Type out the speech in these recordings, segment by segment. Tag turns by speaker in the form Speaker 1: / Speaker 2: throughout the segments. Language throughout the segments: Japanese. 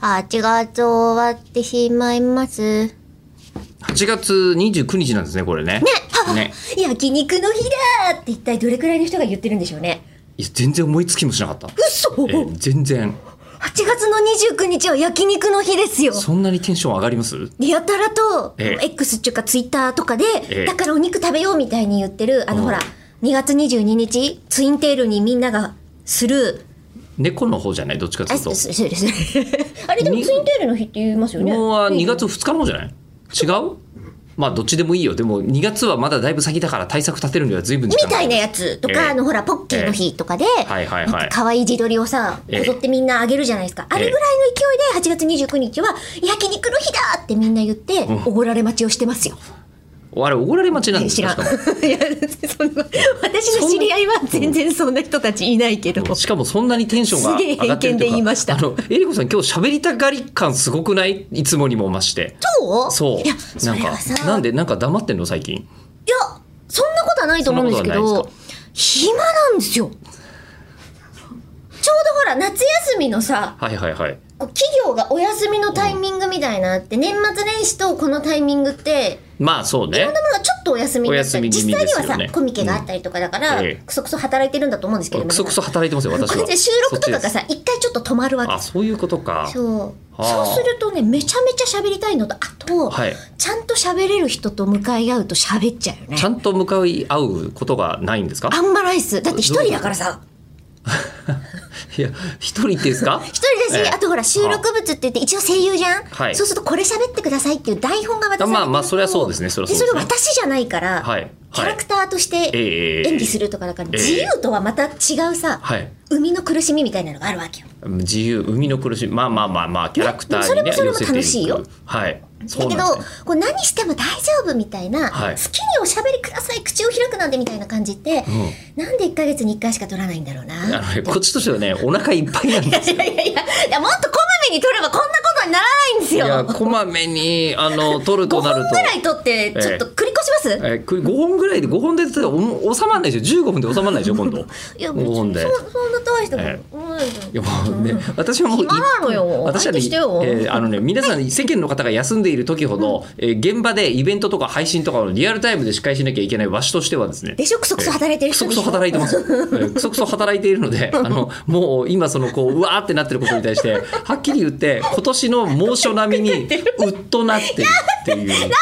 Speaker 1: 8月終わってしまいます。ね、
Speaker 2: 8月29日なんですね、これね。ね。
Speaker 1: 焼肉の日だーって一体どれくらいの人が言ってるんでしょうね。
Speaker 2: いや、全然思いつきもしなかった。
Speaker 1: 嘘 !8
Speaker 2: えー全然。
Speaker 1: 月の29日は焼肉の日ですよ。
Speaker 2: そんなにテンション上がります
Speaker 1: でやたらと、
Speaker 2: ええ
Speaker 1: X っていうかツイッターとかで、
Speaker 2: ええ
Speaker 1: だからお肉食べようみたいに言ってる、あの
Speaker 2: うん
Speaker 1: ほら、2月22日、ツインテールにみんながする、
Speaker 2: 猫の方じゃないどっちかと
Speaker 1: あ、
Speaker 2: いうと
Speaker 1: す。すするす るあれでも
Speaker 2: に
Speaker 1: ツインテールの日って言いますよね。
Speaker 2: もうは
Speaker 1: ね
Speaker 2: 2月2日の方じゃない違うまあ、どっちでもいいよ。でも、2月はまだだいぶ先だから対策立てるには随分時
Speaker 1: み
Speaker 2: 間が
Speaker 1: たいなやつとか、
Speaker 2: ええ
Speaker 1: あのほら、ポッキーの日とかで、
Speaker 2: はいはいはい
Speaker 1: なんか可愛い自撮りをさ、こ
Speaker 2: ええ
Speaker 1: ぞってみんなあげるじゃないですか。あれぐらいの勢いで、8月29日は、焼肉の日だってみんな言って、おごられ待ちをしてますよ。
Speaker 2: あれ、おられ待ちなんです
Speaker 1: 知
Speaker 2: よ。
Speaker 1: ら
Speaker 2: し
Speaker 1: ん。
Speaker 2: かも
Speaker 1: いや、そんな、私の知り合いは全然そんな人たちいないけど。
Speaker 2: しかもそんなにテンションが
Speaker 1: すげえ
Speaker 2: 上がってるとい
Speaker 1: 偏見で
Speaker 2: うか
Speaker 1: 言いました
Speaker 2: あのえりこさん今日喋りたがり感すごくないいつもにも増して
Speaker 1: そう
Speaker 2: そう
Speaker 1: いや、そ
Speaker 2: なん
Speaker 1: れ
Speaker 2: か
Speaker 1: はさ、
Speaker 2: なんでなんか黙ってんの最近
Speaker 1: いや、そんなことはないと思うんですけ
Speaker 2: そんなことは
Speaker 1: ど
Speaker 2: ないで、
Speaker 1: 暇なんですよ。ちょうどほら、夏休みのさ、
Speaker 2: はいはいはい
Speaker 1: こう企業がお休みのタイミングみたいなのあって、年末年始とこのタイミングって、
Speaker 2: まあそうね
Speaker 1: いろんなものがちょっとお休みになったり、
Speaker 2: お休
Speaker 1: 実
Speaker 2: み気味
Speaker 1: 際
Speaker 2: で
Speaker 1: に
Speaker 2: すよ
Speaker 1: は
Speaker 2: ね
Speaker 1: さ、コミケがあったりとかだから、
Speaker 2: ええ
Speaker 1: クソクソ働いてるんだと思うんですけど、
Speaker 2: クソクソ
Speaker 1: 皆
Speaker 2: 働いてますよ
Speaker 1: さん
Speaker 2: 私
Speaker 1: これ
Speaker 2: は
Speaker 1: で収録とかが
Speaker 2: そっちで
Speaker 1: さ、
Speaker 2: す
Speaker 1: 一回ちょっと止まるわけ
Speaker 2: あそういうことか
Speaker 1: そう。
Speaker 2: はあ
Speaker 1: そうするとね、めちゃめちゃ喋りたいのと、あと、
Speaker 2: はい
Speaker 1: ちゃんと喋れる人と向かい合うと喋っちゃうよね
Speaker 2: ち。ゃんと向かい合うことがないんですか
Speaker 1: あんまないっす。だって一人だからさ、
Speaker 2: いや一人ですか
Speaker 1: 一人だし、
Speaker 2: ええ
Speaker 1: あとほら収録物って言って一応声優じゃん、
Speaker 2: はい
Speaker 1: そうするとこれ喋ってくださいっていう台本が渡されてると
Speaker 2: まあまあそれはそうですねそれはそう
Speaker 1: そ
Speaker 2: ですね
Speaker 1: れ私じゃないから、
Speaker 2: はいはい
Speaker 1: キャラクターとし
Speaker 2: えええ
Speaker 1: て
Speaker 2: え
Speaker 1: 演技するとかだから、
Speaker 2: ええ
Speaker 1: 自由とはまた違うさ、
Speaker 2: はい
Speaker 1: 生みの苦しみみたいなのがあるわけよ。
Speaker 2: 自由生みの苦しみまあまあまあまあキャラクターにね
Speaker 1: ねそれ
Speaker 2: 寄
Speaker 1: もそ
Speaker 2: せ
Speaker 1: れも
Speaker 2: て
Speaker 1: 楽
Speaker 2: い
Speaker 1: しいよ
Speaker 2: くはいそ
Speaker 1: だ
Speaker 2: う
Speaker 1: けど、
Speaker 2: なんですね
Speaker 1: こう何しても大丈夫みたいな、
Speaker 2: はい
Speaker 1: 好きにおしゃべりください口を開くなんでみたいな感じって、なんで1ヶ月に1回しか取らないんだろう
Speaker 2: あ
Speaker 1: な。
Speaker 2: のねこっちとしてはねお腹いっぱいなんです
Speaker 1: いやいやいやいやもっとこまめに取ればこんなことにならないんです
Speaker 2: い
Speaker 1: よ。
Speaker 2: やこまめにあの取
Speaker 1: 5
Speaker 2: るとな
Speaker 1: 本
Speaker 2: ると
Speaker 1: ぐらい取ってちょっと繰り越します、
Speaker 2: えこれ5本ぐらいで5本でお収まらないでしょ15分で収まらないでしょ今度
Speaker 1: いや、
Speaker 2: 5本で。
Speaker 1: 別にそそんな大したこと
Speaker 2: え
Speaker 1: ないですよ
Speaker 2: いやもうね、私はもう
Speaker 1: 暇なのよ
Speaker 2: 私は
Speaker 1: 相手
Speaker 2: ね、
Speaker 1: してよ
Speaker 2: えーあのね皆さん世間の方が休んでいる時ほど、えー現場でイベントとか配信とかをリアルタイムで司会しなきゃいけないわしとしてはですね
Speaker 1: でしょクソクソ働いてる
Speaker 2: ク
Speaker 1: 人
Speaker 2: ソ
Speaker 1: でし
Speaker 2: ク
Speaker 1: ょ
Speaker 2: ソ働いてますよ。えークソクソ働いているの で、あの、もう今そのこう、うわーってなってることに対して、はっきり言って、今年の猛暑並みに、うっとなってるっていう。なんでよ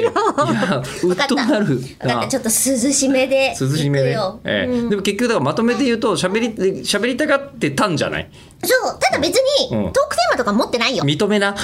Speaker 2: いや、うっとなる
Speaker 1: だから
Speaker 2: が
Speaker 1: ちょ。っと涼しめで
Speaker 2: 涼しめ
Speaker 1: 行く
Speaker 2: で、
Speaker 1: よ
Speaker 2: ええでも結局だからまとめて言うと喋り喋りたがってたんじゃない
Speaker 1: そうただ別に、
Speaker 2: うん
Speaker 1: トークテーマとか持ってないよ
Speaker 2: 認めな